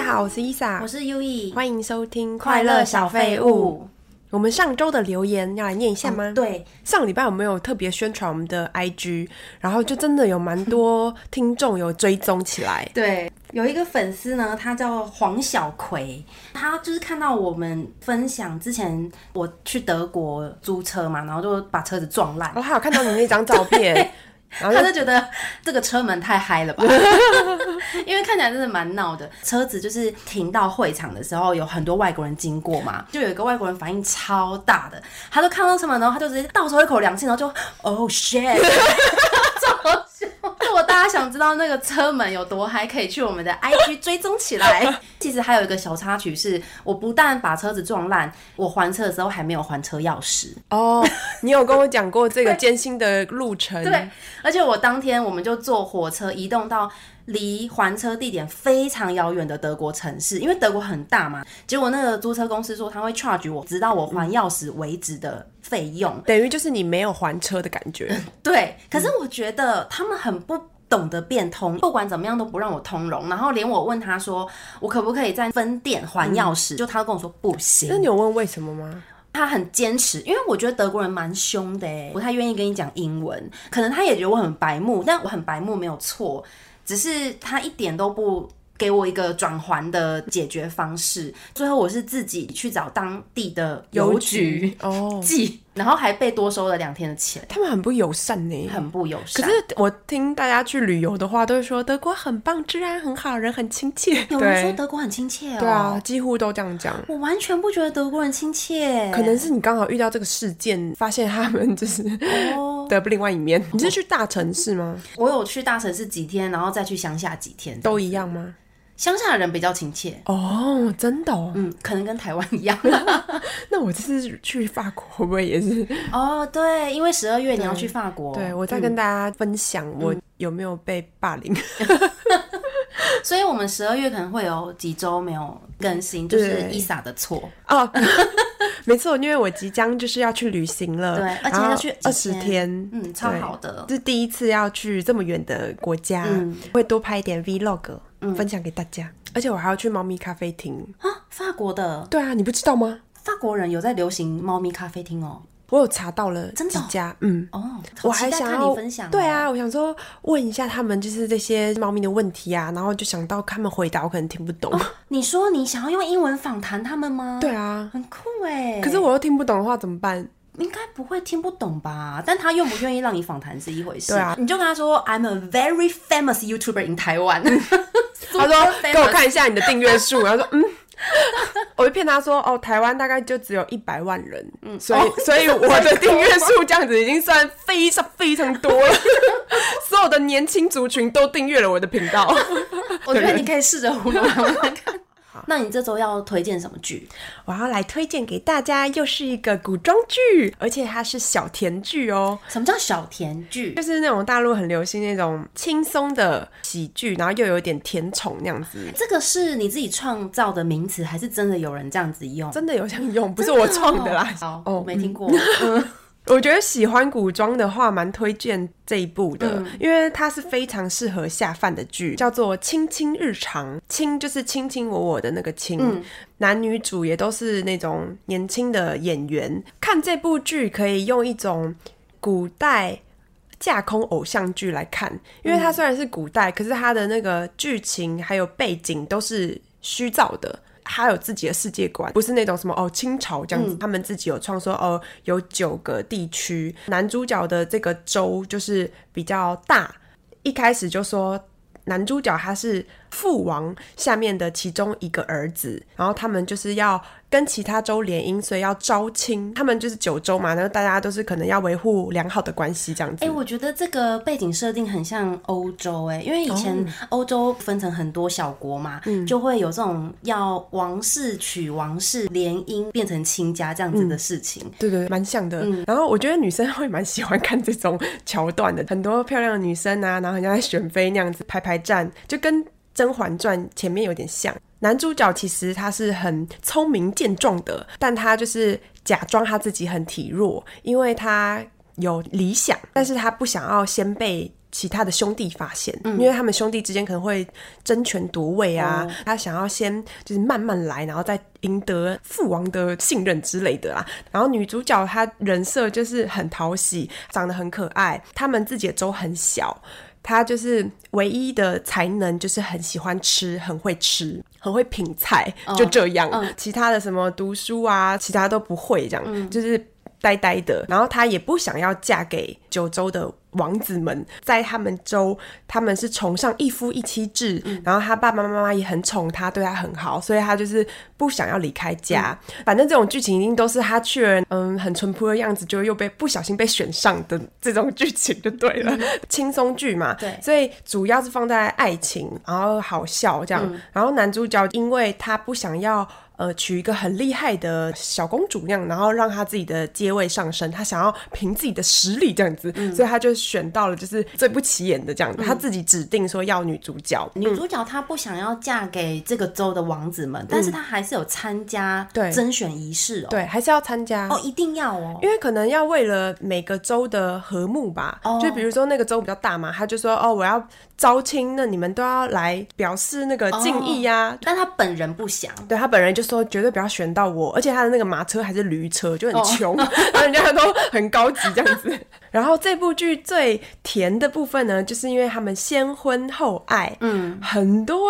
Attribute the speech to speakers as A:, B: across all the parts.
A: 我
B: Lisa，
A: 是优异，
B: 欢迎收听
A: 快乐小废物。
B: 我们上周的留言要来念一下吗？
A: 嗯对，
B: 上礼拜我们有特别宣传我们的 IG，然后就真的有蛮多听众有追踪起 来。
A: 对，有一个粉丝呢，他叫黄小葵，他就是看到我们分享之前我去德国租车嘛，然后就把车子撞烂，
B: 然后哦还有看到你那张照 片，然后
A: 他
B: 就
A: 就觉得这个车门太嗨了 吧，因为看起来真的蛮闹的。车子就是停到会场的时候，有很多外国人经过嘛，就有一个外国人反应超大的，他就看到车门，然后他就直接倒抽一口凉气，然后就 Oh shit，超凶。如果大家想知道那个车门有多嗨，可以去我们的 IG 追踪 起来。其实还有一个小插曲是，我不但把车子撞烂，我还车的时候还没有还车钥匙。
B: 哦，你有跟我讲过 这个艰辛的路程，
A: 对，而且我当天我们就坐火车移动到离还车地点非常遥远的德国城市，因为德国很大嘛。结果那个租车公司说他会 charge 我，直到我还钥匙为止的费用。
B: 等于就是你没有还车的感觉。
A: 嗯对，可是我觉得他们很不。懂得变通，不管怎么样都不让我通融。然后连我问他说，我可不可以在分店还钥匙，就他跟我说不行
B: 那。你有问为什么吗？
A: 他很坚持，因为我觉得德国人蛮凶的欸，不太愿意跟你讲英文，可能他也觉得我很白目，但我很白目没有错，只是他一点都不。给我一个转还的解决方式，最后我是自己去找当地的邮局
B: 哦，
A: 寄，然后还被多收了两天的钱，
B: 他们很不友善呢。
A: 很不友
B: 可
A: 善。
B: 是我听大家去旅游的话，都会说德国很棒，治安很好，人很亲切。
A: 有人说
B: 对
A: 德国很亲切哦，
B: 对啊，几乎都这样讲。
A: 我完全不觉得德国人亲切，欸
B: 可能是你刚好遇到这个事件，发现他们 就是
A: 哦，嗯
B: 的另外一面。你是去大城市吗？
A: 我有去大城市几天，然后再去乡下几天，
B: 都一样吗？
A: 乡下的人比较亲切。
B: 哦，真的哦。
A: 嗯，可能跟台湾 一样。
B: 那我这次去法国会不会也是？
A: 哦，嗯对，因为十二月你要去法国，
B: 对，我在跟大家分享
A: 嗯
B: 我有没有被霸凌。
A: 所以我们十二月可能会有几周没有更新，就是
B: 对
A: 伊莎的错。
B: 哦， 没错，因为我即将就是要去旅行了，
A: 对而且要去
B: 呃二
A: 几
B: 十
A: 天
B: 天，
A: 嗯，超
B: 对
A: 好的。
B: 这是第一次要去这么远的国家，
A: 嗯
B: 会多拍一点 vlog、分享给大家。嗯而且我还要去猫咪咖啡厅。
A: 啊，法国的
B: 对啊，你不知道吗？
A: 法国人有在流行猫咪咖啡厅哦。
B: 我有查到了
A: 真的
B: 几
A: 哦
B: 家，嗯。
A: 哦，
B: 我
A: 好期
B: 还
A: 待
B: 想
A: 看
B: 要
A: 你分享、哦
B: 对，啊，我想说问一下他们就是这些猫咪的问题啊，然后就想到他们回答我可能听不懂，
A: 你说你想要用英文访谈他们吗？
B: 对，啊，
A: 很酷哎。
B: 可是我又听不懂的话怎么办？
A: 应该不会听不懂吧？但他愿不愿意让你访谈是一回事。
B: 对啊
A: 你就跟他说，I'm a very famous YouTuber in Taiwan。
B: 他
A: 他
B: 说给我看一下你的订阅数， 然后说嗯，我就骗他说哦，台湾大概就只有一百万人，嗯，所以、
A: 哦
B: 所 以我的订阅数这样子已经算非常非常多了， 所有的年轻族群都订阅了我的频道。
A: 我觉得你可以试着糊弄他们看。那你这周要推荐什么剧？
B: 我要来推荐给大家，又是一个古装剧，而且它是小甜剧哦。
A: 什么叫小甜剧
B: 就？是那种大陆很流行那种轻松的喜剧，然后又有一点甜宠那样子，
A: 这个是你自己创造的名词，还是真的有人这样子用？
B: 真的有想用，不是我创的啦。
A: 好，
B: 哦
A: 我没
B: 嗯
A: 听过。
B: 我觉得喜欢古装的话，蛮推荐这一部的，因为它是非常适合下饭的剧，叫做《卿卿日常》。卿就是卿卿我我的那个卿，男女主也都是那种年轻的演员。看这部剧可以用一种古代。架空偶像剧来看，因为它虽然是古代，可是它的那个剧情还有背景都是虚造的，它有自己的世界观，不是那种什么哦清朝这样子。他们自己有创说哦，有九个地区，男主角的这个州就是比较大。一开始就说男主角他是父王下面的其中一个儿子，然后他们就是要跟其他州联姻，所以要招亲。他们就是九州嘛，然后大家都是可能要维护良好的关系这样子。
A: 哎、我觉得这个背景设定很像欧洲、哎，因为以
B: 哦
A: 前欧洲分成很多小国嘛，
B: 嗯
A: 就会有这种要王室娶王室联姻变成亲家这样
B: 嗯
A: 子的事情。
B: 对对，对蛮像的。然后我觉得女生会蛮喜欢看这种桥段的，很多漂亮的女生啊，然后很像在选妃那样子排排站，就跟《甄嬛传》前面有点像。男主角其实他是很聪明健壮的，但他就是假装他自己很体弱，因为他有理想，但是他不想要先被。其他的兄弟发现，因为他们兄弟之间可能会争权夺位啊，他想要先就是慢慢来，然后再赢得父王的信任之类的啦。然后女主角她人设就是很讨喜，长得很可爱，他们自己的州很小。她就是唯一的才能，就是很喜欢吃，很会吃，很会品菜，就这样。其他的什么读书啊，其他都不会，这样、就是呆呆的。然后她也不想要嫁给九州的王子们，在他们州，他们是崇尚一夫一妻制，然后她爸爸妈妈也很宠她，对她很好，所以她就是不想要离开家。反正这种剧情一定都是她去了，嗯，很淳朴的样子，就又被不小心被选上的这种剧情就对了，轻松剧嘛。
A: 对
B: 所以主要是放在爱情，然后好笑这样。然后男主角因为他不想要呃娶一个很厉害的小公主那样，然后让他自己的阶位上升，他想要凭自己的实力这样子，所以他就选到了就是最不起眼的这样子，他自己指定说要女主角。
A: 女主角她不想要嫁给这个州的王子们，但是她还是有参加
B: 嗯对
A: 甄选仪式哦。
B: 对，还是要参加
A: 哦，一定要哦。
B: 因为可能要为了每个州的和睦吧，就比如说那个州比较大嘛，他就说哦，我要招亲，那你们都要来表示那个敬意呀、
A: 但她本人不想，
B: 对他本人就说绝对不要选到我，而且他的那个马车还是驴车，就很穷， 然后人家都很高级这样子。 然后这部剧最甜的部分呢，就是因为他们先婚后爱，嗯，很多。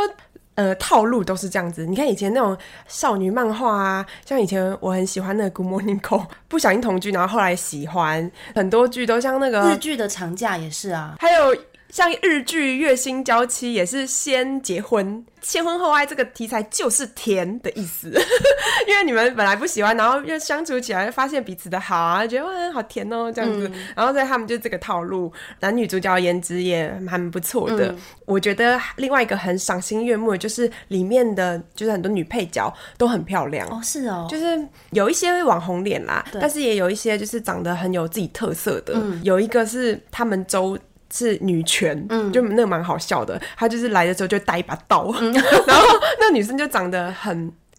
B: 呃，套路都是这样子。你看以前那种少女漫画啊，像以前我很喜欢那个《Good Morning Call》，不小心同居，然后后来喜欢很多剧都像那个
A: 日剧的长假也是啊。
B: 还有像日剧《月薪娇妻》也是先结婚，先婚后爱这个题材就是甜的意思， 因为你们本来不喜欢，然后又相处起来，发现彼此的好啊，觉得哇好甜哦这样子，然后所以他们就这个套路，男女主角颜值也蛮不错的。我觉得另外一个很赏心悦目的就是里面的就是很多女配角都很漂亮。
A: 哦，是哦，
B: 就是有一些网红脸啦，但是也有一些就是长得很有自己特色的。
A: 嗯
B: 有一个是他们州。是女权，
A: 嗯
B: 就那个蛮好笑的。她就是来的时候就带一把刀， 然后那女生就长得很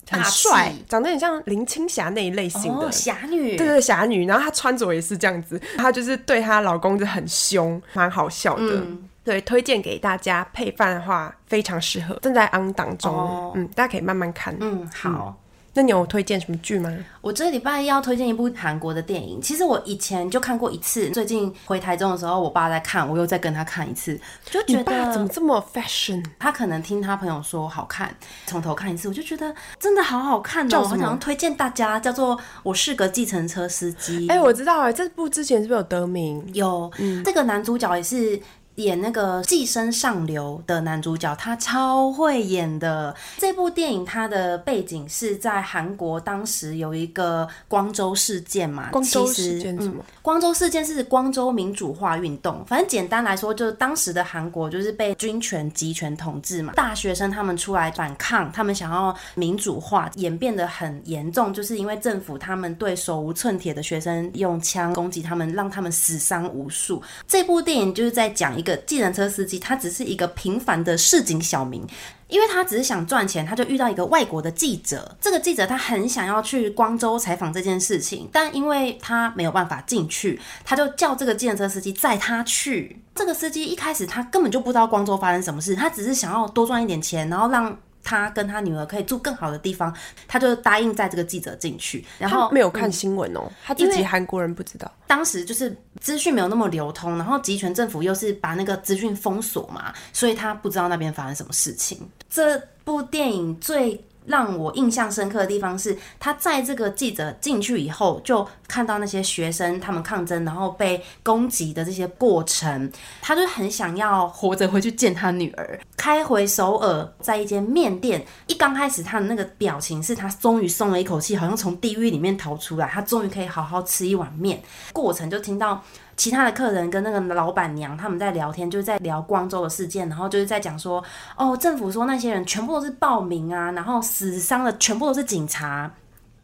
B: 很
A: 嗯大气
B: 帅，长得很像林青霞那一类型的，
A: 哦，侠女，
B: 对对，侠女，然后她穿着也是这样子，她就是对她老公就很凶，蛮好笑的。
A: 嗯
B: 对，推荐给大家配饭的话非常适合，正在 on 档中，
A: 哦
B: 嗯，大家可以慢慢看。
A: 嗯，好。
B: 那你有推荐什么剧吗？
A: 我这礼拜要推荐一部韩国的电影，其实我以前就看过一次，最近回台中的时候，我爸在看，我又再跟他看一次，就觉
B: 你爸怎么
A: 得
B: 这么 fashion？
A: 他可能听他朋友说好看，从头看一次，我就觉得真的好好看哦，
B: 什么
A: 我很想推荐大家，叫做《我是个计程车司机》。
B: 哎、我知道哎、这部之前是不是有得名？
A: 有、
B: 嗯
A: 这个男主角也是。演那个《寄生上流》的男主角，他超会演的。这部电影它的背景是在韩国，当时有一个光州事件嘛。
B: 光州
A: 其实
B: 事件是什么
A: 嗯？光州事件是光州民主化运动。反正简单来说，就是当时的韩国就是被军权集权统治嘛。大学生他们出来反抗，他们想要民主化，演变得很严重，就是因为政府他们对手无寸铁的学生用枪攻击他们，让他们死伤无数。这部电影就是在讲一个计程车司机，他只是一个平凡的市井小民。因为他只是想赚钱，他就遇到一个外国的记者。这个记者他很想要去光州采访这件事情，但因为他没有办法进去，他就叫这个计程车司机载他去。这个司机一开始他根本就不知道光州发生什么事，他只是想要多赚一点钱，然后让他跟他女儿可以住更好的地方，他就答应载这个记者进去。然后
B: 他没有看新闻哦、他自
A: 嗯因
B: 己
A: 为
B: 韩国人不知道。
A: 当时就是资讯没有那么流通，然后集权政府又是把那个资讯封锁嘛，所以他不知道那边发生什么事情。这部电影最让我印象深刻的地方是，他在这个记者进去以后，就看到那些学生他们抗争，然后被攻击的这些过程，他就很想要活着回去见他女儿。开回首尔，在一间面店，一刚开始他的那个表情是他终于松了一口气，好像从地狱里面逃出来，他终于可以好好吃一碗面。过程就听到其他的客人跟那个老板娘他们在聊天，就是在聊光州的事件，然后就是在讲说，哦，政府说那些人全部都是暴民啊，然后死伤的全部都是警察，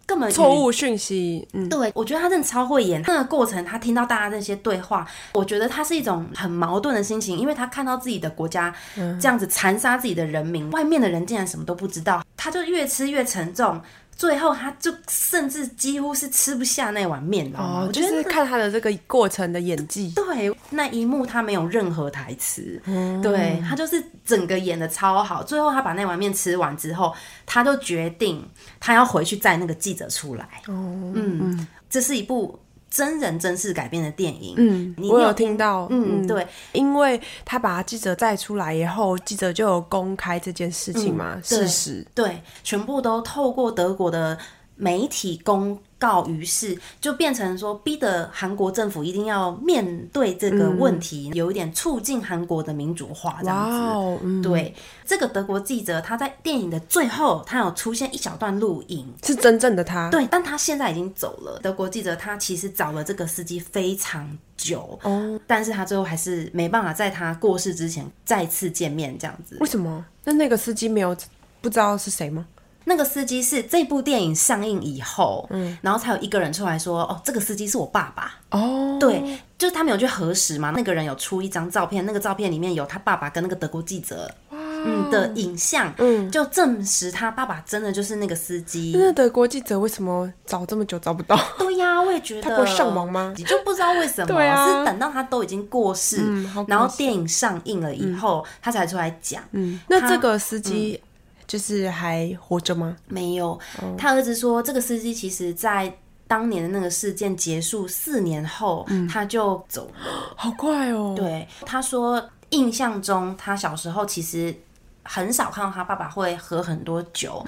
A: 根本
B: 错
A: 与
B: 误讯息，嗯，
A: 对，我觉得他真的超会演。那个过程，他听到大家那些对话，我觉得他是一种很矛盾的心情，因为他看到自己的国家
B: 嗯
A: 这样子残杀自己的人民，外面的人竟然什么都不知道，他就越吃越沉重。最后他就甚至几乎是吃不下那碗面，你知道吗？
B: 哦，
A: 我
B: 就
A: 觉得
B: 是
A: 那
B: 看他的这个过程的演技，
A: 对那一幕他没有任何台词，
B: 嗯
A: 对他就是整个演的超好。最后他把那碗面吃完之后，他就决定他要回去载那个记者出来。
B: 哦
A: 嗯，这是一部真人真事改编的电影。嗯，你
B: 我有听到，
A: 嗯，对，
B: 因为他把记者带出来以后，记者就有公开这件事情嘛，事实。
A: 嗯对，全部都透过德国的媒体公告于世，就变成说逼得韩国政府一定要面对这
B: 嗯
A: 个问题，有一点促进韩国的民主化这
B: 哇
A: 样子。
B: 哦，嗯，
A: 对，这个德国记者他在电影的最后，他有出现一小段录影。
B: 是真正的他，
A: 对，但他现在已经走了。德国记者他其实找了这个司机非常久，哦，但是他最后还是没办法在他过世之前再次见面，这样子。
B: 为什么？那那个司机没有不知道是谁吗？
A: 那个司机是这部电影上映以后，嗯，然后才有一个人出来说，哦，这个司机是我爸爸。
B: 哦，
A: 对，就是他们有去核实嘛，那个人有出一张照片，那个照片里面有他爸爸跟那个德国记者。嗯的影像，嗯，就证实他爸爸真的就是那个司机。
B: 那德国记者为什么找这么久找不 到？
A: 对呀、我也觉得
B: 他不会上网吗
A: 你就不知道为什么，
B: 对啊
A: 是等到他都已经过世，
B: 嗯好可惜
A: 然后电影上映了以后，他才出来讲。嗯，
B: 那这个司机就是还活着吗？
A: 没有，
B: 哦
A: 他儿子说这个司机其实在当年的那个事件结束四年后、他就走了。
B: 好快哦！，
A: 对，他说印象中他小时候其实很少看到他爸爸会喝很多酒。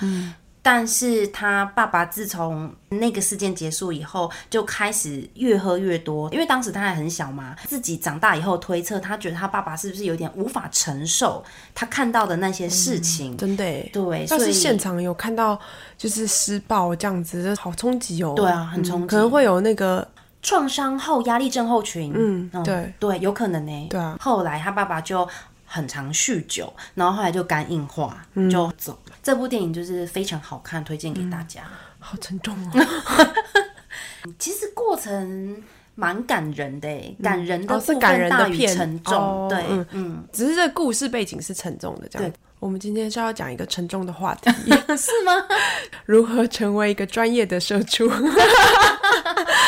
A: 但是他爸爸自从那个事件结束以后，就开始越喝越多，因为当时他还很小嘛。自己长大以后推测，他觉得他爸爸是不是有点无法承受他看到的那些事情？
B: 真的耶。
A: 对，
B: 要
A: 所
B: 嗯是
A: 以
B: 现场有看到就是施暴这样子，好冲击哦。
A: 对啊，很冲击、
B: 可能会有那个
A: 创伤后压力症候群，哦
B: 嗯对
A: 对，有可能呢、欸
B: 对啊。
A: 后来他爸爸就很常酗酒，然后后来就肝硬化，
B: 嗯
A: 就走了。这部电影就是非常好看，推荐给大家。
B: 好沉重哦，
A: 其实过程蛮感人的、欸，感人的
B: 哦
A: 部
B: 是
A: 分
B: 感人的
A: 大于
B: 片
A: 沉重，
B: 哦
A: 对，
B: 嗯
A: 嗯。
B: 只是这个故事背景是沉重的这样。我们今天是要讲一个沉重的话题，
A: 是吗？
B: 如何成为一个专业的社畜，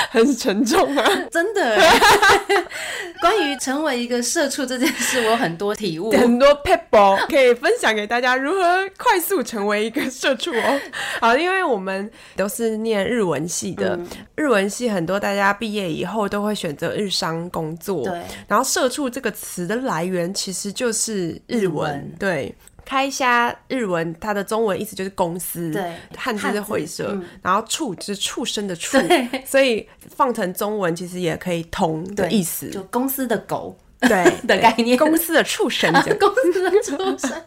B: 很沉重啊。
A: 真的欸、 关于成为一个社畜这件事，我有很多体 悟。
B: 很多 people 可以分享给大家如何快速成为一个社畜哦。 好，因为我们都是念日文系的，日文系很多大家毕业以后都会选择日商工作。
A: 对，
B: 然后“社畜”这个词的来源其实就是日文，
A: 日文
B: 对。开虾日文，它的中文意思就是公司，
A: 对
B: 汉字
A: 汉
B: 是
A: 字
B: 会社，
A: 嗯
B: 然后畜就是畜生的畜
A: 对，
B: 所以放成中文其实也可以同的
A: 对
B: 意思，
A: 就公司的狗，
B: 对
A: 的
B: 对
A: 概念
B: 公 司的畜生这样。
A: 公司的 出身。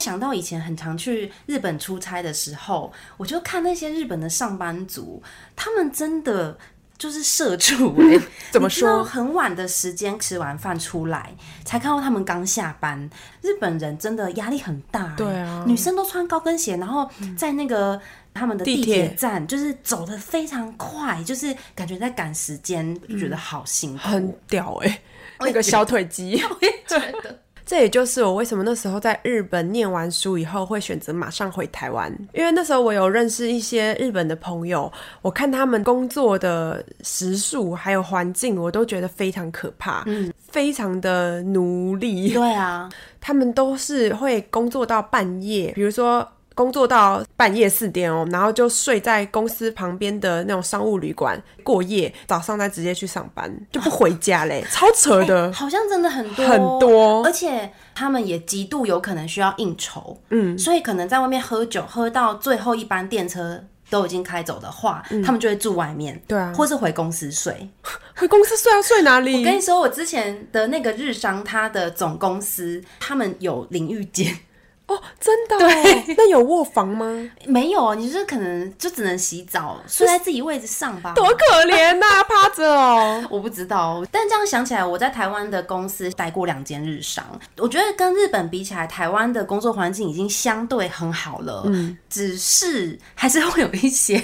A: 想到以前很常去日本出差的时候，我就看那些日本的上班族，他们真的。就是社畜、欸，
B: 嗯怎么
A: 你知道
B: 说
A: 很晚的时间吃完饭出来，才看到他们刚下班。日本人真的压力很大、欸，
B: 对啊嗯
A: 女生都穿高跟鞋，然后在那个他们的地
B: 地铁
A: 铁站，就是走的非常快，就是感觉在赶时间，就觉得好辛 苦。
B: 很屌哎、那个小腿肌。
A: 我也觉得，
B: 这也就是我为什么那时候在日本念完书以后会选择马上回台湾，因为那时候我有认识一些日本的朋友，我看他们工作的时数还有环境，我都觉得非常可怕，非常的奴隶。
A: 对啊，
B: 他们都是会工作到半夜，比如说工作到半夜四点哦，然后就睡在公司旁边的那种商务旅馆过夜，早上再直接去上班，就不回家 嘞，超扯的。
A: 好像真的很多
B: 很多
A: 而且他们也极度有可能需要应酬，嗯，所以可能在外面喝酒，喝到最后一班电车都已经开走的话，他们就会住外面，
B: 嗯对啊嗯
A: 或是回公司睡。
B: 回公司睡要睡哪里
A: 我？跟你说，我之前的那个日商，他的总公司他们有淋浴间，
B: 哦，真的、哦？那有卧房吗？
A: 没有，啊你就是可能就只能洗澡，睡在自己位置上吧。
B: 多可怜呐、趴着哦。
A: 我不知道，但这样想起来，我在台湾的公司待过两间日商，我觉得跟日本比起来，台湾的工作环境已经相对
B: 嗯
A: 很好了，只是还是会有一些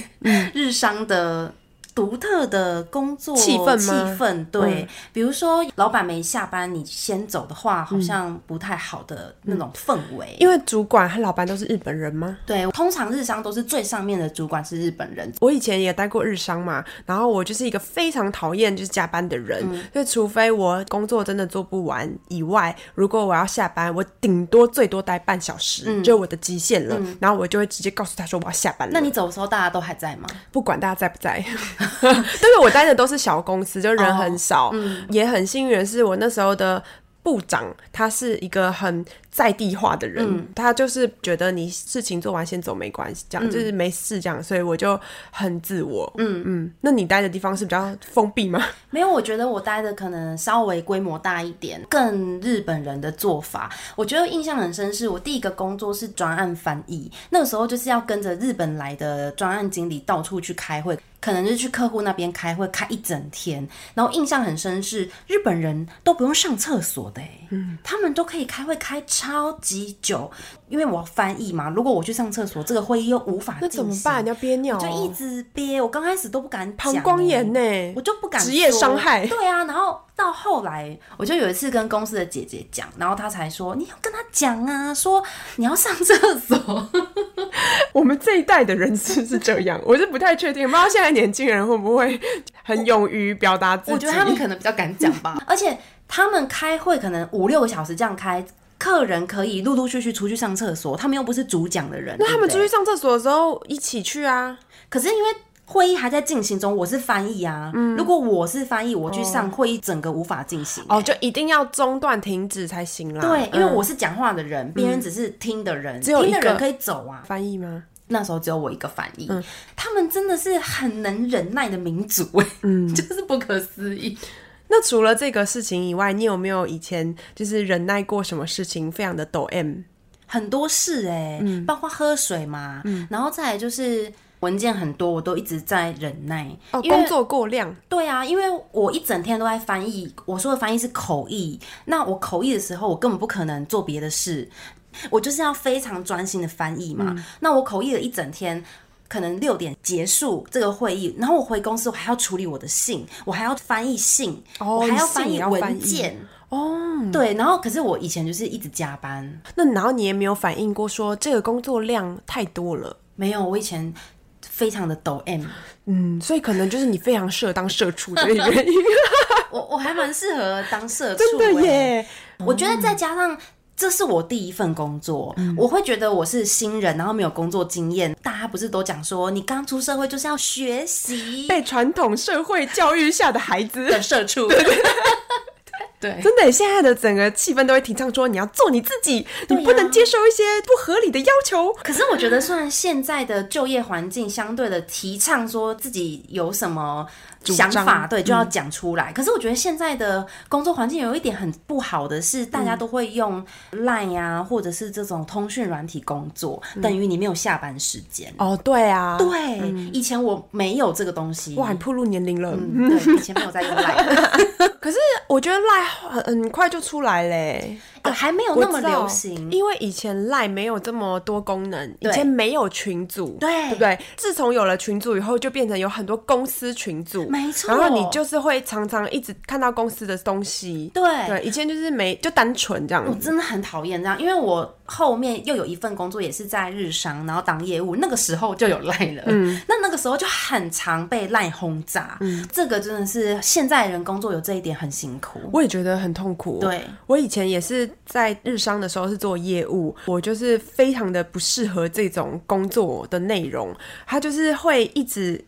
A: 日商的独特的工作
B: 气氛吗嗯
A: 气氛对，比如说老板没下班，你先走的话，好像不太好的那种氛围。
B: 嗯因为主管和老板都是日本人吗？
A: 对，通常日商都是最上面的主管是日本人，
B: 我以前也待过日商嘛，然后我就是一个非常讨厌就是加班的人，所以除非我工作真的做不完以外，如果我要下班，我顶多最多待半小时，就是我的极限了，然后我就会直接告诉他说我要下班了。
A: 那你走的时候大家都还在吗？
B: 不管大家在不在， 但是我待的都是小公司，就人很少，也很幸运的是我那时候的。部长他是一个很在地化的人，他就是觉得你事情做完先走没关系，这样、就是没事这样，所以我就很自我。嗯嗯，那你待的地方是比较封闭吗？
A: 没有，我觉得我待的可能稍微规模大一点，更日本人的做法。我觉得印象很深，是我第一个工作是专案翻译，那个时候就是要跟着日本来的专案经理到处去开会。可能就是去客户那边开会，开一整天。然后印象很深是日本人都不用上厕所的、欸，
B: 嗯
A: 他们都可以开会开超级久，因为我要翻译嘛。如果我去上厕所，这个会议又无 法
B: 那
A: 进
B: 怎
A: 行，
B: 么 办？你要憋尿、哦
A: 我就一直憋，我刚开始都不敢讲、
B: 膀胱炎呢、
A: 我就不敢
B: 职业
A: 说
B: 伤害
A: 对啊，然后到后来，我就有一次跟公司的姐姐讲，然后她才说你要跟她讲啊，说你要上厕所。
B: 我们这一代的人是是这样，我是不太确定，不知道现在年轻人会不会很勇于表达 自己。
A: 我觉得他们可能比较敢讲吧， 而且他们开会可能五六个小时这样开。客人可以陆陆续续出去上厕所，他们又不是主讲的人。
B: 那他们
A: 对不
B: 出
A: 对
B: 去，上厕所的时候一起去啊。
A: 可是因为会议还在进行中，我是翻译啊。
B: 嗯
A: 如果我是翻译，我去上会议，整个无法进行、
B: 哦，就一定要中断停止才行啦。
A: 对，因为
B: 嗯
A: 我是讲话的人，别、人只是听的人，
B: 只有
A: 听
B: 一
A: 的
B: 个
A: 人可以走啊。
B: 嗯翻译吗？
A: 那时候只有我一个翻译，他们真的是很能忍耐的民族、哎，嗯， 就是不可思议。
B: 那除了这个事情以外，你有没有以前就是忍耐过什么事情非常的抖 M？
A: 很多事哎、包括喝水嘛，然后再来就是文件很多，我都一直在忍耐。
B: 哦，
A: 因为
B: 工作过量，
A: 对啊，因为我一整天都在翻译，我说的翻译是口译，那我口译的时候，我根本不可能做别的事，我就是要非常专心的翻译
B: 嗯
A: 嘛。那我口译了一整天。可能六点结束这个会议，然后我回公司，我还要处理我的信，我还要翻译信，
B: 哦
A: 我还要
B: 你信
A: 翻
B: 也
A: 译
B: 要翻译
A: 文件。哦，对，然后可是我以前就是一直加班，
B: 那然后你也没有反映过说这个工作量太多了，
A: 没有，我以前非常的抖 M，
B: 嗯，所以可能就是你非常适合当社畜的一个 原因，
A: 我我还蛮适合当社畜、
B: 真的
A: 欸。
B: 耶。
A: 我觉得再加上。这是我第一份工作，
B: 嗯
A: 我会觉得我是新人，然后没有工作经验。大家不是都讲说，你刚出社会就是要学习
B: 被传统社会教育下的孩子，
A: 的 社畜， 对
B: 真的耶，现在的整个气氛都会提倡说你要做你自己，你
A: 对
B: 不
A: 呀
B: 能接受一些不合理的要求。
A: 可是我觉得，虽然现在的就业环境相对的提倡说自己有什么想
B: 主
A: 法，
B: 张嗯
A: 对，就要讲出来。可是我觉得现在的工作环境有一点很不好的是，大
B: 嗯
A: 家都会用 Line 呀、或者是这种通讯软体工作，
B: 嗯
A: 等于你没有下班时间。
B: 哦，对啊，
A: 对，以前我没有这个东西。
B: 哇，你暴露年龄了。
A: 嗯，对，以前没有在用 Line，
B: 可是我觉得赖很很快就出来嘞，
A: 呃还没有
B: 我
A: 那么
B: 知道
A: 流行。
B: 因为以前赖没有这么多功能，以
A: 对
B: 前没有群组，
A: 对
B: 对不对？自从有了群组以后，就变成有很多公司群组，
A: 没错
B: 然后你就是会常常一直看到公司的东西，
A: 对
B: 对，以前就是没就单纯这样
A: 我
B: 子。
A: 真的很讨厌这样，因为我后面又有一份工作也是在日商，然后当业务，那个时候就有赖了。嗯，那那个时候就很常被赖轰炸。嗯，这个真的是现在人工作有这一点很辛苦。
B: 我也觉得很痛苦。
A: 对，
B: 我以前也是在日商的时候是做业务，我就是非常的不适合这种工作的内容，它就是会一直。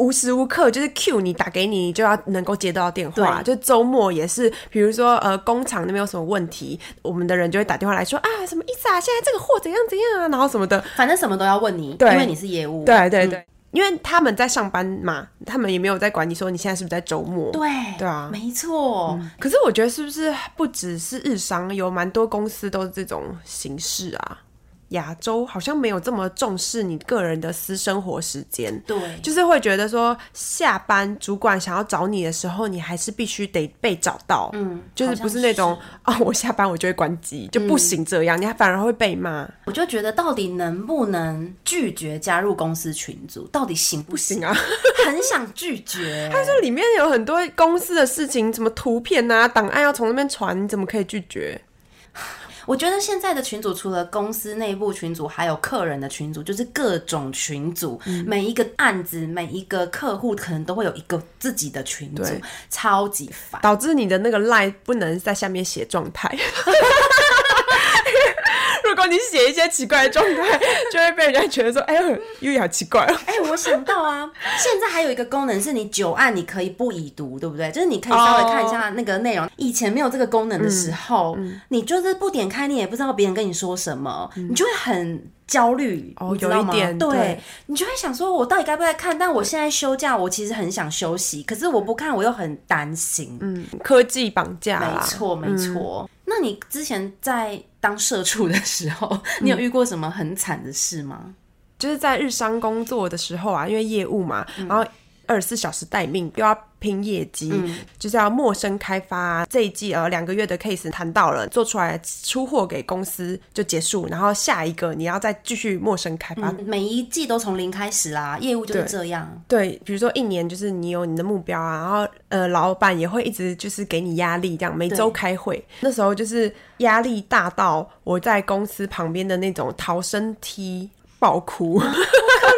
B: 无时无刻就是 Q 你打给你，你就要能够接到电话。就周末也是，比如说呃工厂那边有什么问题，我们的人就会打电话来说啊什么意思啊，现在这个货怎样怎样啊，然后什么的。
A: 反正什么都要问你，
B: 对
A: 因为你是业务。
B: 对对对，因为他们在上班嘛，他们也没有在管你说你现在是不是在周末。
A: 对
B: 对啊
A: 没错。
B: 可是我觉得是不是不只是日商，有蛮多公司都是这种形式啊？亚洲好像没有这么重视你个人的私生活时间，
A: 对，
B: 就是会觉得说下班主管想要找你的时候，你还是必须得被找到，
A: 嗯，
B: 就是不是那种啊、我下班我就会关机，就不行这样，你还反而会被骂，
A: 我就觉得到底能不能拒绝加入公司群组，到底行不
B: 不 行啊。
A: 很想拒绝，
B: 这里面有很多公司的事情，什么图片啊、档案要从那边传，你怎么可以拒绝？
A: 我觉得现在的群组除了公司内部群组，还有客人的群组，就是各种群组，每一个案子、每一个客户可能都会有一个自己的群组
B: 对，
A: 超级烦。
B: 导致你的那个 line 不能在下面写状态。 如果你写一些奇怪的状态，就会被人家觉得说：“哎呦，又好奇怪哦。
A: 哎、我想到啊，现在还有一个功能是你久按你可以不已读，对不对？就是你可以稍微看一
B: 哦
A: 下那个内容。以前没有这个功能的
B: 嗯
A: 时候，你就是不点开，你也不知道别人跟你说什么，你就会很。焦虑，
B: 嗯哦
A: 你知道
B: 有一
A: 吗？
B: 点
A: 对
B: 对
A: 你就会想说，我到底该不该看？但我现在休假，我其实很想休息，可是我不看，我又很担心。”
B: 嗯，科技绑架啦
A: 没错，没错。那你之前在当社畜的时候，你
B: 嗯
A: 有遇过什么很惨的事吗？
B: 就是在日商工作的时候啊，因为业务嘛，然后二十四小时待命，又要拼业绩，就是要陌生开发、这一季呃两个月的 case 谈到了，做出来出货给公司就结束，然后下一个你要再继续陌生开发。
A: 嗯每一季都从零开始啦，业务就是
B: 对
A: 这样。
B: 对，比如说一年就是你有你的目标啊，然后呃老板也会一直就是给你压力，这样每周开会。那时候就是压力大到我在公司旁边的那种逃生梯爆哭。 哦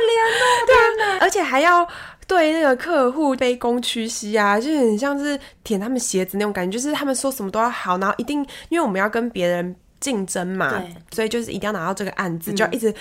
B: 而且还要对那个客户卑躬屈膝啊，就是很像是舔他们鞋子那种感觉，就是他们说什么都要好，然后一定因为我们要跟别人竞争嘛
A: 对，
B: 所以就是一定要拿到这个案子，就要一直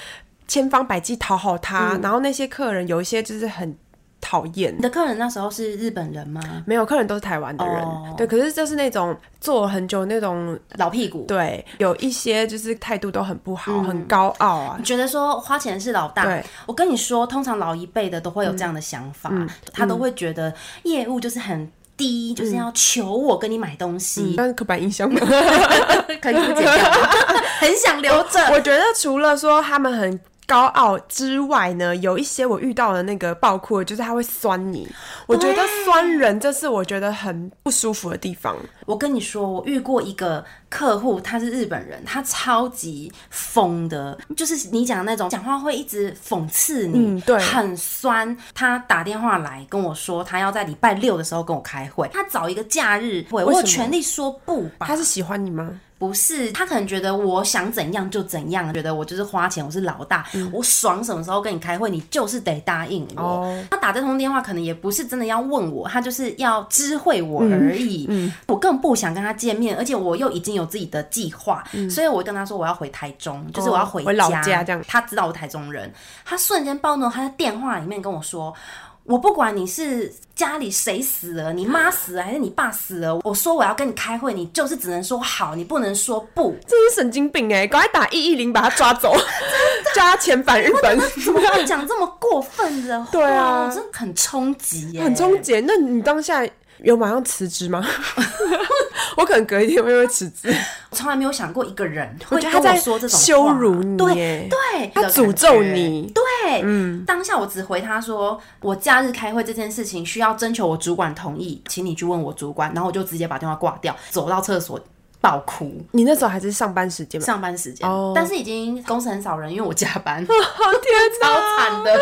B: 千方百计讨好他。然后那些客人有一些就是很讨厌
A: 你。的客人那时候是日本人吗？
B: 没有，客人都是台湾的人
A: 哦
B: 对，可是就是那种做了很久那种，
A: 老屁股，
B: 对，有一些就是态度都很不好，很高傲啊，
A: 觉得说花钱是老大
B: 对。嗯
A: 我跟你说，通常老一辈的都会有这样的想法，他都会觉得业务就是很低，
B: 嗯
A: 就是要求我跟你买东西，
B: 但是刻板印象嘛，
A: 可以不剪掉吗， 很想留着。
B: 我觉得除了说他们很高傲之外呢，有一些我遇到的那个爆哭的，就是他会酸你。我觉得酸人，这是我觉得很不舒服的地方。
A: 我跟你说，我遇过一个客户，他是日本人，他超级疯的，就是你讲的那种讲话会一直讽刺你，
B: 嗯对
A: 很酸。他打电话来跟我说，他要在礼拜六的时候跟我开会，他找一个假日会，我
B: 什么
A: 有权利说不吧？
B: 他是喜欢你吗？
A: 不是，他可能觉得我想怎样就怎样，觉得我就是花钱，我是老大，我爽什么时候跟你开会，你就是得答应
B: 嗯
A: 我。
B: 哦
A: 他打这通电话可能也不是真的要问我，他就是要知会我而已。
B: 嗯
A: 我更不想跟他见面，而且我又已经有自己的计划，所以我跟他说我要回台中，就是我要回
B: 嗯哦回老家这样
A: 他知道我台中人，他瞬间暴怒，他在电话里面跟我说。我不管你是家里谁死了，你妈死了还是你爸死了，我说我要跟你开会，你就是只能说好，你不能说不。
B: 这是神经病哎、赶快打一一零把他抓走，叫他遣返日本。
A: 怎么会讲这么过分的话？
B: 啊对啊
A: 真的很冲击耶，
B: 很冲击。那你当下有马上辞职 吗？我可能隔一天我就会辞职。
A: 从来没有想过一个人
B: 我
A: 会
B: 觉
A: 跟
B: 得他在
A: 说这种话
B: 羞辱你
A: 对
B: 耶
A: 对，
B: 他
A: 这种
B: 诅咒
A: 感觉
B: 你嗯
A: 对，当下我只回他说，我假日开会这件事情需要征求我主管同意，请你去问我主管，然后我就直接把电话挂掉，走到厕所爆哭。
B: 你那时候还是上班时间吗？
A: 上班时间
B: 哦
A: 但是已经公司很少人，因为我加 班。
B: 天
A: 超惨的。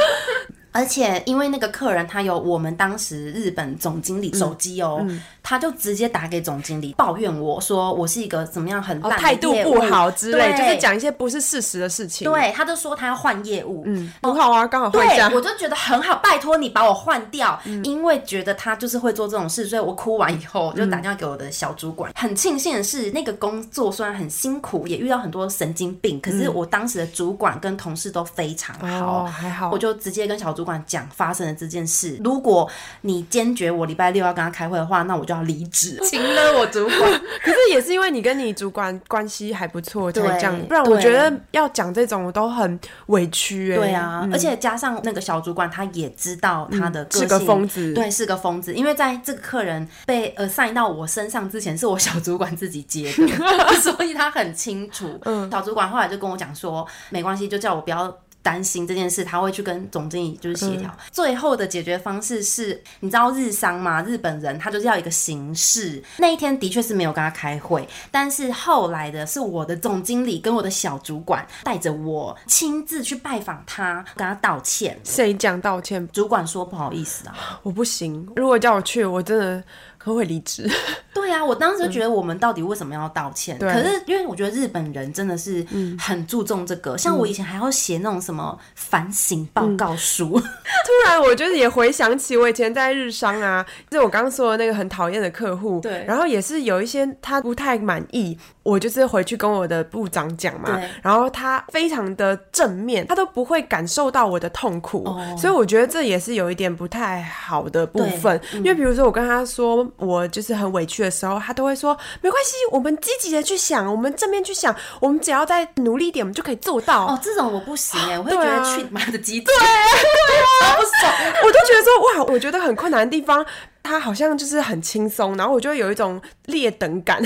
A: 而且因为那个客人他有我们当时日本总经理手机哦，
B: 嗯
A: 他就直接打给总经理抱怨我说我是一个怎么样很烂的
B: 哦态度
A: 业务
B: 不好之类，
A: 对
B: 就是讲一些不是事实的事情。，
A: 对，他就说他要换业务，嗯，
B: 很好啊，刚好换一
A: 对
B: 下，。
A: 我就觉得很好，拜托你把我换掉，因为觉得他就是会做这种事，所以我哭完以后就打电话给我的小主管。很庆幸的是，那个工作虽然很辛苦，也遇到很多神经病，可是我当时的主管跟同事都非常好。
B: 哦，还好
A: 我。就直接跟小主管讲发生的这件事。如果你坚决我礼拜六要跟他开会的话，那我就要离职，请了我主管。
B: 可是也是因为你跟你主管关系还不错才
A: 对
B: 这样，不然
A: 对
B: 我觉得要讲这种我都很委屈、欸。
A: 对啊，而且加上那个小主管，他也知道他的个
B: 嗯是
A: 性、
B: 个疯子
A: 对，是个疯子。因为在这个客人被呃 assign 到我身上之前，是我小主管自己接的， 所以他很清楚。小主管后来就跟我讲说，没关系，就叫我不要。担心这件事，他会去跟总经理就是协调。最后的解决方式是，你知道日商嘛？日本人他就是要一个形式。那一天的确是没有跟他开会，但是后来的是我的总经理跟我的小主管带着我亲自去拜访他，跟他道歉。
B: 谁讲道歉？
A: 主管说不好意思啊，
B: 我不行，如果叫我去，我真的可会离职。
A: 对啊，我当时就觉得我们到底为什么要道歉？
B: 对嗯
A: 可是因为我觉得日本人真的是很注重这个，像我以前还要写那种什么反省报告
B: 嗯
A: 书，
B: 突然，我就是也回想起我以前在日商啊，就是我刚刚说的那个很讨厌的客户，
A: 对
B: 然后也是有一些他不太满意，我就是回去跟我的部长讲嘛
A: 对，
B: 然后他非常的正面，他都不会感受到我的痛苦，
A: 哦
B: 所以我觉得这也是有一点不太好的部分，
A: 嗯
B: 因为比如说我跟他说我就是很委屈的时候，他都会说没关系，我们积极的去想，我们正面去想，我们只要再努力一点，我们就可以做到。
A: 哦，这种我不行哎、我会觉
B: 对
A: 得
B: 啊
A: 去你妈的鸡对， 超不爽。
B: 我都觉得说哇，我觉得很困难的地方，他好像就是很轻松，然后我就会有一种劣等感，
A: 我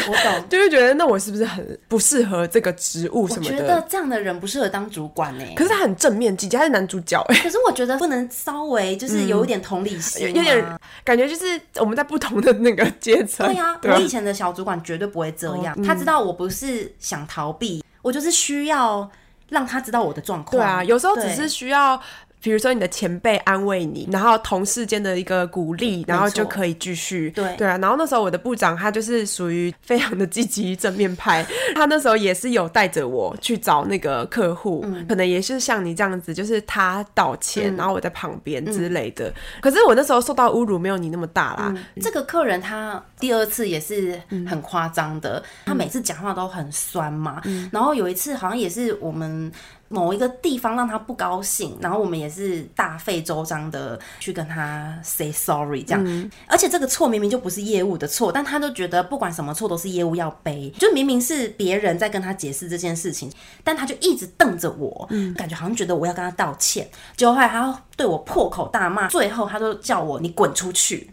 A: 懂
B: 就会觉得那我是不是很不适合这个职务什
A: 我
B: 么
A: 觉得
B: 的？
A: 这样的人不适合当主管哎、
B: 可是他很正面积极，他是男主角哎、
A: 可是我觉得不能稍微就是有一点同理心、
B: 嗯有有
A: 啊
B: 点感觉就是我们在不同的那个阶层，
A: 对啊呀、
B: 对吧啊哦嗯
A: 我以前的小主管绝对不会这样，他知道我不是想逃避，我就是需要让他知道我的状况。
B: 对啊，有时候只
A: 对
B: 是需要。比如说你的前辈安慰你，然后同事间的一个鼓励，然后就可以继续。
A: 对
B: 对啊，然后那时候我的部长他就是属于非常的积极正面派， 他那时候也是有带着我去找那个客户，
A: 嗯
B: 可能也是像你这样子，就是他道歉，然后我在旁边之类的。
A: 嗯
B: 可是我那时候受到侮辱没有你那么大啦，
A: 这个客人他第二次也是很夸张的，他每次讲话都很酸嘛。然后有一次好像也是我们某一个地方让他不高兴，然后我们也是大费周章的去跟他 say sorry 这样。而且这个错明明就不是业务的错，但他就觉得不管什么错都是业务要背，就明明是别人在跟他解释这件事情，但他就一直瞪着我，感觉好像觉得我要跟他道歉。结果后来他对我破口大骂，最后他就叫我你滚出去。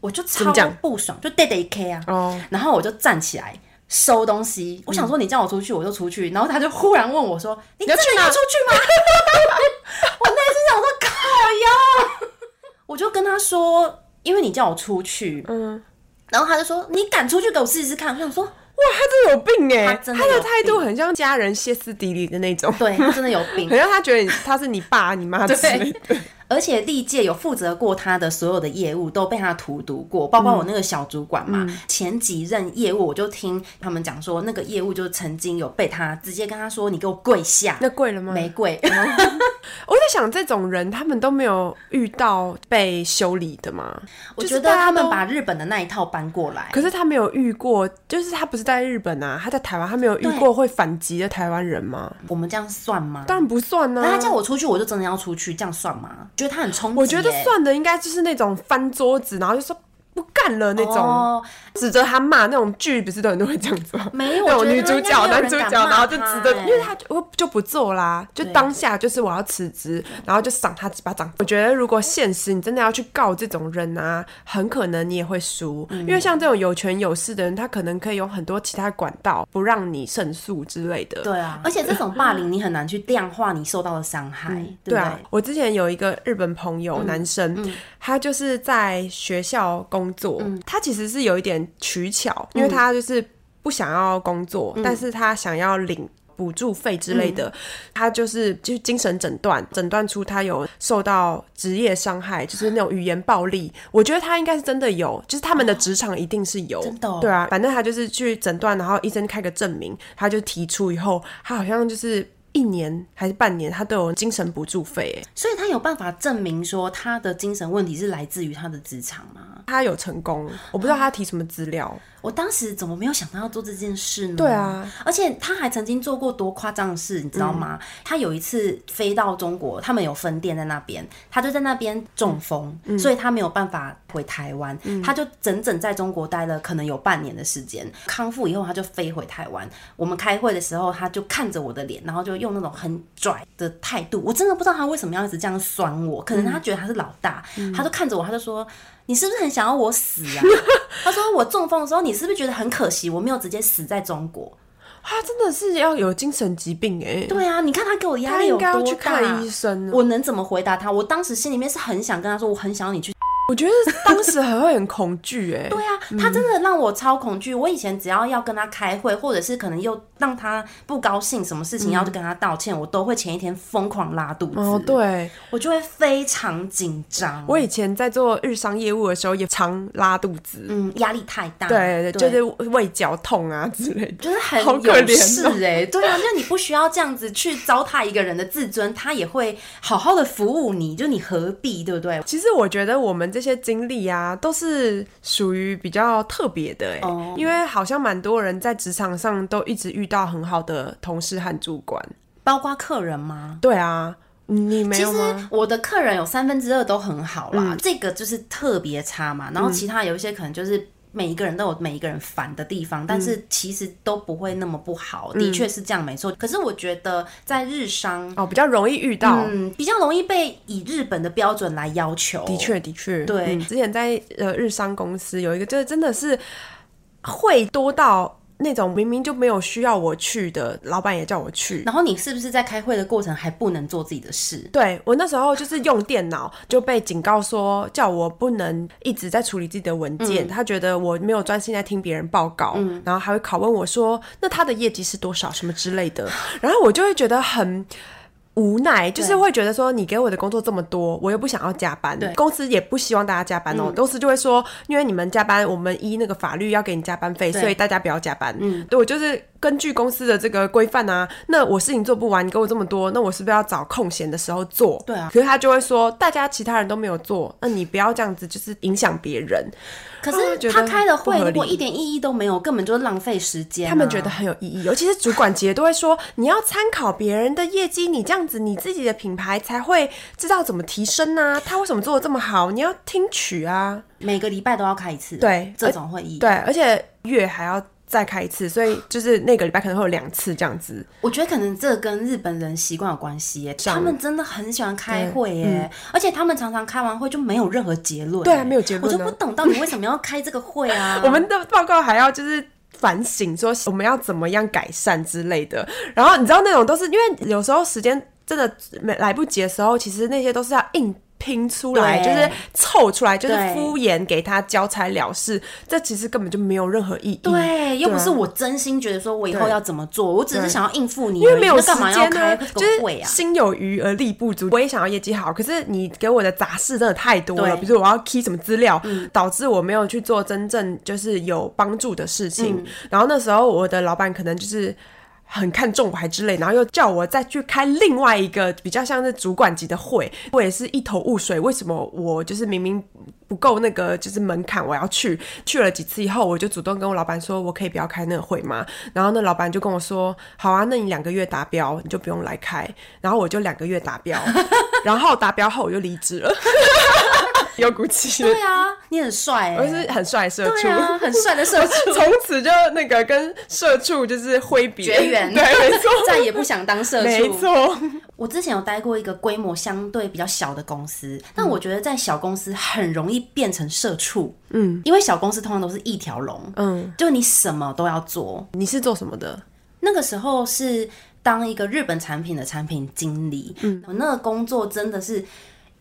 A: 我就超
B: 么讲
A: 不爽，就 dead a k 啊，
B: 哦
A: 然后我就站起来收东西。我想说你叫我出去，我就出去。然后他就忽然问我说：“你
B: 要
A: 真的
B: 去
A: 要
B: 哪
A: 出去吗？” 我内心想说：“靠呀！”我就跟他说：“因为你叫我出去。”嗯，然后他就说：“你敢出去给我试试看？”我想说。
B: 哇，他真的有病哎、
A: 他
B: 他
A: 真的有
B: 的态度很像家人歇斯底里的那种，
A: 对，他真的有 病
B: 很，像他觉得你他是你爸你妈之类 的。
A: 而且历届有负责过他的所有的业务都被他荼毒过，包括我那个小主管嘛，
B: 嗯
A: 前几任业务我就听他们讲说，那个业务就曾经有被他直接跟他说：“你给我跪下。”
B: 那贵了吗？
A: 玫瑰，
B: 嗯我在想，这种人他们都没有遇到被修理的吗？
A: 我
B: 就
A: 觉
B: 是
A: 得
B: 大家
A: 他们
B: 都
A: 把日本的那一套搬过来。
B: 可是他没有遇过，就是他不是在日本啊，他在台湾，他没有遇
A: 对
B: 过会反击的台湾人吗？
A: 我们这样算吗？
B: 当然不算啊呢、
A: 那他叫啊我出去，我就真的要出去，这样算吗？觉得他很冲击耶、
B: 我觉得算的应该就是那种翻桌子，然后就说不干了那种，
A: 哦，
B: 指着他骂那种剧，不是都很多人这样子吗？
A: 没有，
B: 那
A: 我
B: 种
A: 觉得
B: 女主角、
A: 应该没有
B: 男
A: 人
B: 主
A: 敢
B: 角，
A: 骂
B: 然后就指着，
A: 欸
B: 因为他就我就不做啦，就当下就是我要辞职，然后就赏他几巴掌。我觉得如果现实你真的要去告这种人啊，很可能你也会输，因
A: 嗯
B: 为像这种有权有势的人，他可能可以有很多其他管道不让你胜诉之类的。
A: 对 啊，而且这种霸凌你很难去量化你受到的伤害，对不
B: 对
A: 对？嗯
B: 啊，我之前有一个日本朋友，男生，他就是在学校工作，他其实是有一点取巧，
A: 嗯
B: 因为他就是不想要工作，但是他想要领。补助费之类
A: 嗯
B: 的，他就是就是精神诊断，诊断出他有受到职业伤害，就是那种语言暴力。我觉得他应该是真的有，就是他们的职场一定是有，
A: 哦真的哦
B: 对啊。反正他就是去诊断，然后医生开个证明，他就提出以后，他好像就是一年还是半年，他都有精神补助费，哎，
A: 所以他有办法证明说他的精神问题是来自于他的职场吗？
B: 他有成功，我不知道他提什么资料。
A: 我当时怎么没有想到要做这件事呢？
B: 对啊，
A: 而且他还曾经做过多夸张的事，你知道吗？他有一次飞到中国，他们有分店在那边，他就在那边中风，所以他没有办法回台湾，他就整整在中国待了可能有半年的时间。康复以后，他就飞回台湾。我们开会的时候，他就看着我的脸，然后就用那种很拽的态度。我真的不知道他为什么要一直这样酸我，可能他觉得他是老大，他就看着我，他就说。你是不是很想要我死啊？他说我中风的时候，你是不是觉得很可惜，我没有直接死在中国？
B: 他真的是要有精神疾病哎、
A: 对啊，你看他给我压
B: 他
A: 力有
B: 应该
A: 多大。
B: 要去看医生。啊我
A: 我能怎么回答他？我当时心里面是很想跟他说，我很想要你去
B: 我觉得当时还会很恐惧 哎、
A: 对啊，他真的让我超恐惧。我以前只要要跟他开会，或者是可能又让他不高兴，什么事情要去跟他道歉，我都会前一天疯狂拉肚子，
B: 嗯哦，对，
A: 我就会非常紧张。
B: 我以前在做日商业务的时候也常拉肚子，
A: 嗯，压力太大，
B: 对对，就是胃绞痛啊之类的。
A: 就是很
B: 好可
A: 有
B: 怜
A: 事
B: 哦
A: 哎、对啊，那你不需要这样子去糟蹋一个人的自尊，他也会好好的服务你，就你何必对不对？
B: 其实我觉得我们这些经历啊，都是属于比较特别的哎、
A: 哦
B: 因为好像蛮多人在职场上都一直遇到很好的同事和主管。
A: 包括客人吗？
B: 对啊，你没
A: 其
B: 有
A: 实
B: 吗？
A: 我的客人有三分之二都很好啦，
B: 嗯
A: 这个就是特别差嘛，然后其他有一些可能就是。每一个人都有每一个人烦的地方，但
B: 嗯
A: 是其实都不会那么不好，的确是这样没错。可是我觉得在日商，
B: 哦，比较容易遇到。
A: 嗯，比较容易被以日本的标准来要求。
B: 的，确，的确，
A: 对
B: 嗯之前在呃日商公司有一个，就是真的是会多到那种明明就没有需要我去的，老板也叫我去。
A: 然后你是不是在开会的过程还不能做自己的事？
B: 对我那时候就是用电脑就被警告说叫我不能一直在处理自己的文件，他觉得我没有专心在听别人报告，然后还会拷问我说那他的业绩是多少什么之类的，然后我就会觉得很。无奈就是会觉得说，你给我的工作这么多，我又不想要加班，公司也不希望大家加班哦。
A: 嗯
B: 公司就会说，因为你们加班，我们依那个法律要给你加班费，所以大家不要加班。嗯，对我就是根据公司的这个规范啊，那我事情做不完，你给我这么多，那我是不是要找空闲的时候做？
A: 对啊
B: 可是他就会说，大家其他人都没有做，那你不要这样子，就是影响别人。
A: 可
B: 哦
A: 是
B: 觉
A: 他
B: 得
A: 开的
B: 不
A: 会
B: 合
A: 如果
B: 理
A: 一点意义都没有，根本就是浪费时间啊、
B: 他们觉得很有意义，尤其是主管级的都会说，你要参考别人的业绩，你这样子你自己的品牌才会知道怎么提升啊。他为什么做的这么好？你要听取啊。
A: 每个礼拜都要开一次，啊
B: 对
A: 这种会议，
B: 对，而且月还要再开一次，所以就是那个礼拜可能会有两次这样子。
A: 我觉得可能这跟日本人习惯有关系耶，他们真的很喜欢开会耶，而且他们常常开完会就没有任何结论耶，
B: 对啊嗯没有结论啊？
A: 我就不懂到底为什么要开这个会 啊
B: 我们的报告还要就是。反省说我们要怎么样改善之类的，然后你知道那种都是因为有时候时间真的没来不及的时候，其实那些都是要硬拼出来，就
A: 对
B: 是凑出来，就是
A: 对
B: 敷衍给他交差了事，这其实根本就没有任何意义。
A: 对，又不
B: 对啊
A: 是我真心觉得说我以后
B: 对
A: 要怎么做，我只是
B: 对
A: 想要应付你而已，
B: 因为没有
A: 那
B: 时
A: 干嘛要
B: 间
A: 开
B: 呢，
A: 这
B: 就
A: 个会
B: 是
A: 啊？
B: 心有余而力不足。我也想要业绩好，可是你给我的杂事真的太多了，
A: 对嗯
B: 比如说我要 key 什么资料，导致我没有去做真正就是有帮助的事情。
A: 嗯
B: 然后那时候我的老板可能就是。很看重我还之类，然后又叫我再去开另外一个比较像是主管级的会，我也是一头雾水。为什么我就是明明不够那个就是门槛，我要去去了几次以后，我就主动跟我老板说，我可以不要开那个会吗？然后那老板就跟我说，好啊，那你两个月达标，你就不用来开。然后我就两个月达 标，然后达标后我就离职了，有骨气，
A: 对啊，你很帅
B: 我
A: 哎，
B: 是很帅的社畜
A: 对。啊，很帅的社畜，
B: 从此就那个跟社畜就是挥别
A: 绝缘
B: 对，没错，
A: 再也不想当社畜，
B: 没错，
A: 我之前有待过一个规模相对比较小的公司，但我觉得在小公司很容易变成社畜，嗯，因为小公司通常都是一条龙，嗯，就你什么都要做。
B: 你是做什么的？
A: 那个时候是当一个日本产品的产品经理，嗯，我那个工作真的是。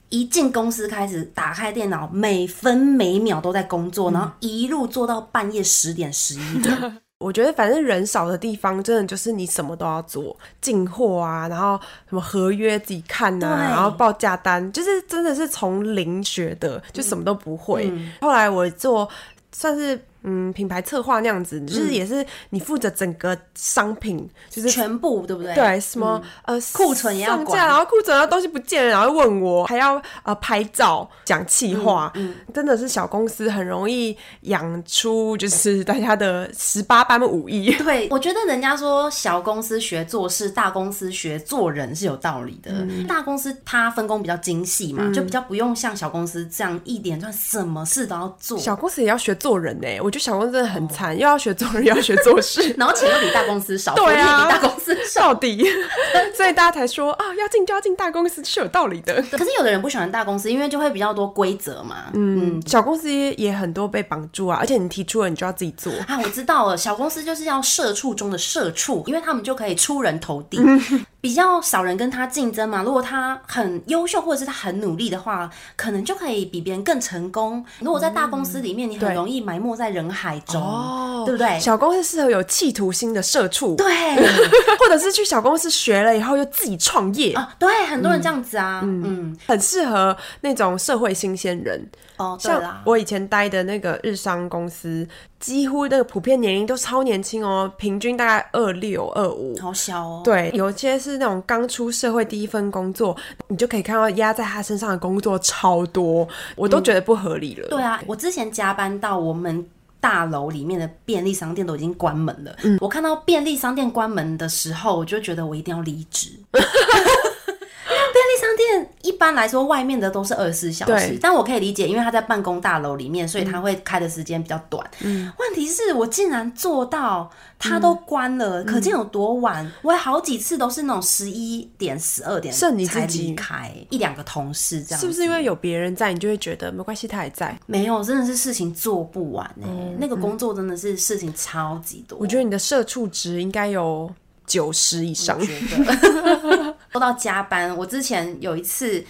A: 一进公司开始打开电脑，每分每秒都在工作，然后一路做到半夜十点十一 点，
B: 我觉得反正人少的地方，真的就是你什么都要做，进货啊，然后什么合约自己看呐、
A: 对
B: 然后报价单，就是嗯真的是从零学的，就什么都不会。后来我做算是嗯品牌策划那样子，就是也是你负责整个商品，就是
A: 全部对不对？
B: 对，什么、呃
A: 库存也要
B: 上
A: 管
B: 架，然后库存的东西不见了，然后问我还要呃拍照讲气话、真的是小公司很容易养出就是大家的十八般武艺。
A: 对，我觉得人家说小公司学做事，大公司学做人是有道理的。
B: 嗯
A: 大公司它分工比较精细嘛，就比较不用像小公司这样一连串什么事都要 做，。
B: 小公司也要学做人呢、我觉得小公司真的很惨，又要学做人，又要学做事
A: 然后钱又比大公司少，福利
B: 对
A: 也
B: 啊
A: 比大公司少。
B: 到底， 所以大家才说啊，要进就要进大公司是有道理的。
A: 可是有的人不喜欢大公司，因为就会比较多规则嘛。
B: 嗯，小公司也很多被绑住啊，而且你提出了，你就要自己做。
A: 啊，我知道了，小公司就是要社畜中的社畜，因为他们就可以出人头地， 比较少人跟他竞争嘛。如果他很优秀或者是他很努力的话，可能就可以比别人更成功。如果在大公司里面，你很容易埋没在人海中，对不对？
B: 哦小公司适合有企图心的社畜，
A: 对
B: 或者是去小公司学了以后又自己创业，
A: 啊，对，很多人这样子啊，嗯，
B: 很适合那种社会新鲜人。
A: 哦，对
B: 像
A: 啦，
B: 我以前待的那个日商公司，几乎那个普遍年龄都超年轻哦，平均大概二六二五。
A: 好小哦，
B: 对，有些是那种刚出社会第一份工作，你就可以看到压在他身上的工作超多，我都觉得不合理了。
A: 嗯对啊，我之前加班到我们。大楼里面的便利商店都已经关门了。
B: 嗯
A: 我看到便利商店关门的时候，我就觉得我一定要离 职。因为便利商店一般来说，外面的都是二十四小时
B: 对，嗯
A: 但我可以理解，因为他在办公大楼里面，所以他会开的时间比较短。问题是我竟然做到他都关
B: 嗯
A: 了，可见有多晚。我有好几次都是那种十一点、十二点
B: 剩你自
A: 才
B: 己
A: 离开，一两个同事这样
B: 是
A: 子
B: 不是因为有别人在，你就会觉得没关系，他还在？
A: 没有，真的是事情做不完哎、那个工作真的是事情超级多。
B: 我觉得你的社畜值应该有九十以上
A: 我。觉得 说到加班，我之前有一次。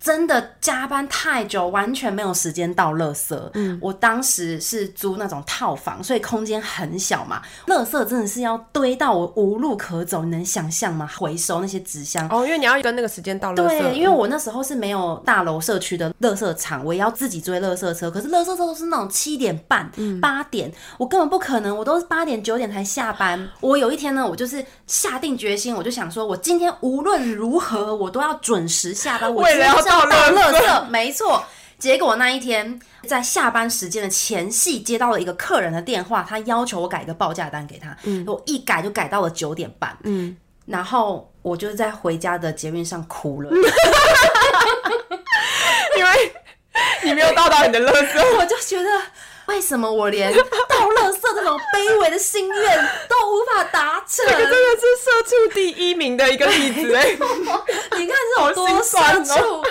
A: 真的加班太久，完全没有时间倒垃圾。嗯，我当时是租那种套房，所以空间很小嘛，垃圾真的是要堆到我无路可走，你能想象吗？回收那些纸箱，
B: 哦，因为你要跟那个时间到垃圾，嗯
A: 对，因为我那时候是没有大楼社区的垃圾场，我也要自己追垃圾车。可是垃圾车都是那种七点半、
B: 嗯
A: 八、点，我根本不可能，我都是八点九点才下班。我有一天呢，我就是下定决心，我就想说，我今天无论如何，我都要准时下班。我
B: 为了要倒
A: 今天就是要
B: 垃
A: 倒
B: 圾
A: 垃圾，没错。结果那一天在下班时间的前夕，接到了一个客人的电话，他要求我改一个报价单给他，我一改就改到了九点半，
B: 嗯
A: 然后我就在回家的捷运上哭了。
B: 因 为你没有到达你的垃 圾。
A: 我就觉得，为什么我连倒垃圾这种卑微的心愿都无法达成？
B: 这真的是社畜第一名的一个例子哎、
A: 你看这有多社
B: 好心酸哦
A: 畜。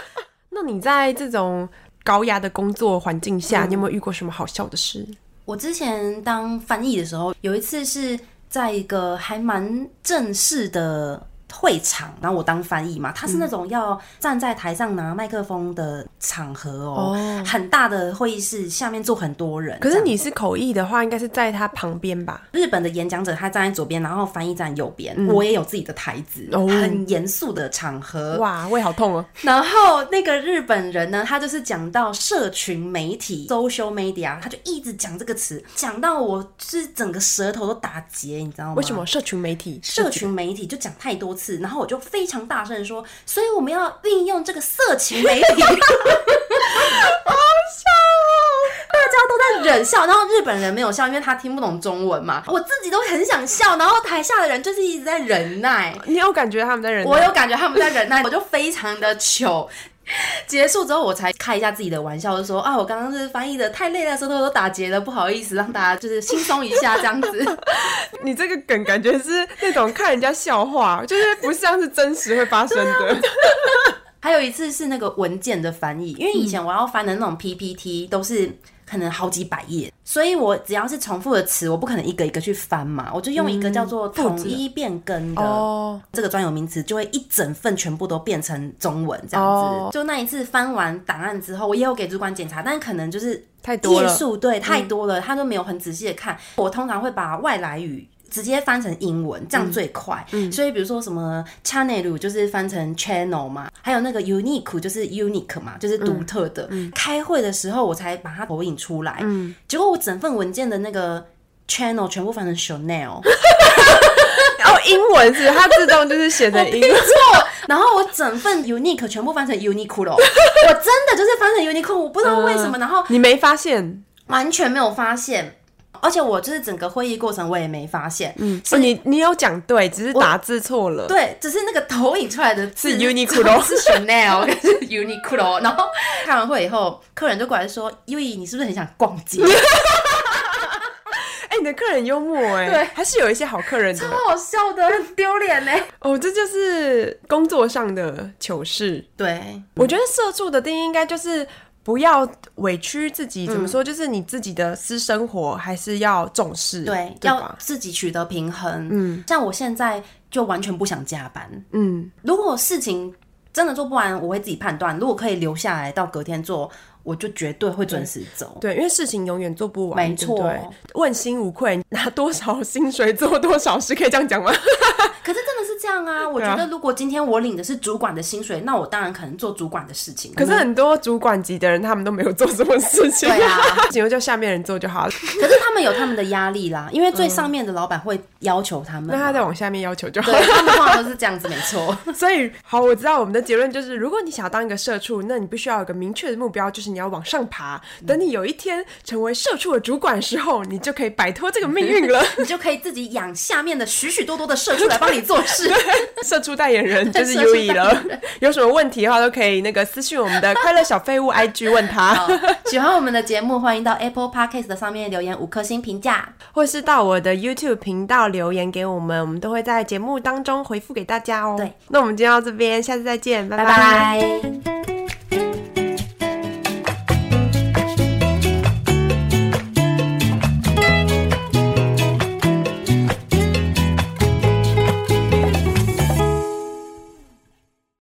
B: 那你在这种高压的工作环境下，你有没有遇过什么好笑的事？
A: 我之前当翻译的时候，有一次是在一个还蛮正式的。会场，然后我当翻译嘛，他
B: 嗯
A: 是那种要站在台上拿麦克风的场合哦，
B: 哦
A: 很大的会议室，下面坐很多人。
B: 可
A: 这
B: 是
A: 样
B: 你是口译的话，应该是在他旁边吧？
A: 日本的演讲者他站在左边，然后翻译站右边，我也有自己的台子，
B: 嗯哦
A: 很严肃的场合，
B: 哇，胃好痛哦、
A: 然后那个日本人呢，他就是讲到社群媒体 （social media），他就一直讲这个词，讲到我是整个舌头都打结，你知道吗？
B: 为什么？社群媒体？
A: 社群媒体就讲太多次，然后我就非常大声地说，所以我们要运用这个色情媒体。好笑
B: 哦
A: 大家都在忍笑，然后日本人没有笑，因为他听不懂中文嘛。我自己都很想笑，然后台下的人就是一直在忍耐。
B: 你有感觉他们在忍耐？
A: 我有感觉他们在忍耐，我就非常的糗。结束之后，我才开一下自己的玩笑，就说啊，我刚刚是翻译的太累了，舌头都打结了，不好意思，让大家就是轻松一下这样子。
B: 你这个梗感觉是那种看人家笑 话，就是不像是真实会发生的。
A: 还有一次是那个文件的翻译，因为以前我要翻的那种 PPT 都是可能好几百页，所以我只要是重复的词，我不可能一个一个去翻嘛，我就用一个叫做
B: 嗯复
A: 统
B: 制
A: 一变更 的。
B: 哦，
A: 这个专有名词就会一整份全部都变成中文这样子。
B: 哦
A: 就那一次翻完档案之后，我也有给主管检查，但可能就是
B: 太多
A: 页
B: 了
A: 数对太多了，他都没有很仔细的看。我通常会把外来语。直接翻成英文，这样最快。
B: 嗯
A: 所以比如说什么 channel 就是翻成 channel 嘛，还有那个 unique 就是 unique 嘛，就是独特的。
B: 嗯
A: 开会的时候我才把它投影出来，结果我整份文件的那个 channel 全部翻成 Chanel，
B: 哦，英文是不是它自动就是写成 英文，
A: 然后我整份 unique 全部翻成 Uniqlo，我真的就是翻成 Uniqlo，我不知道为什
B: 嗯
A: 么，然后
B: 你没发现？
A: 完全没有发现。而且我就是整个会议过程我也没发现，
B: 哦，你你有讲对，只是打字错了。
A: 对，只是那个投影出来的字
B: 是 Uniqlo
A: 是 Chanel 跟是 Uniqlo，然后开完会以后，客人就过来说：“优怡，你是不是很想逛街？”
B: 哎、你的客人很幽默哎，
A: 对
B: 还是有一些好客人的
A: 超好笑的，很丢脸欸呢。
B: 哦，这就是工作上的糗
A: 嗯
B: 事。
A: 对，
B: 我觉得社畜的定义应该就是不要委屈自己，
A: 嗯
B: 怎么说？就是你自己的私生活还是要重视，
A: 对，
B: 对
A: 要
B: 吧？
A: 自己取得平衡。嗯，像我现在就完全不想加班。
B: 嗯，
A: 如果事情真的做不完，我会自己判断。如果可以留下来到隔天做，我就绝对会准时走。
B: 对，因为事情永远做不完，
A: 没
B: 对
A: 错
B: 不对问心无愧，拿多少薪水做多少事，可以这样讲吗？
A: 嗯可是真的是这样啊！我
B: 对啊
A: 觉得如果今天我领的是主管的薪水，那我当然可能做主管的事情。
B: 可是很多主管级的人，他们都没有做什么事情，
A: 对啊，
B: 只有叫下面人做就好了。
A: 可是他们有他们的压力啦，因为最上面的老板会要求他们
B: 那他
A: 嘛。
B: 再往下面要求就好了
A: 对，。他们通常都是这样子，没错。
B: 所以，好，我知道我们的结论就是，如果你想要当一个社畜，那你必须要有个明确的目标，就是你要往上爬。等你有一天成为社畜的主管的时候，你就可以摆脱这个命运了。
A: 你就可以自己养下面的许许多多的社畜来帮你做 事。
B: 社畜代言人就是
A: 社畜
B: U E 了。有什么问题的话，都可以那个私信我们的快乐小废物 I G 问他，
A: 哦喜欢我们的节目，欢迎到 Apple Podcast 的上面留言五颗星评价。
B: 或是到我的 YouTube 频道留言给我们，我们都会在节目当中回复给大家哦。
A: 对，
B: 那我们今天到这边，下次再见，拜
A: 拜拜。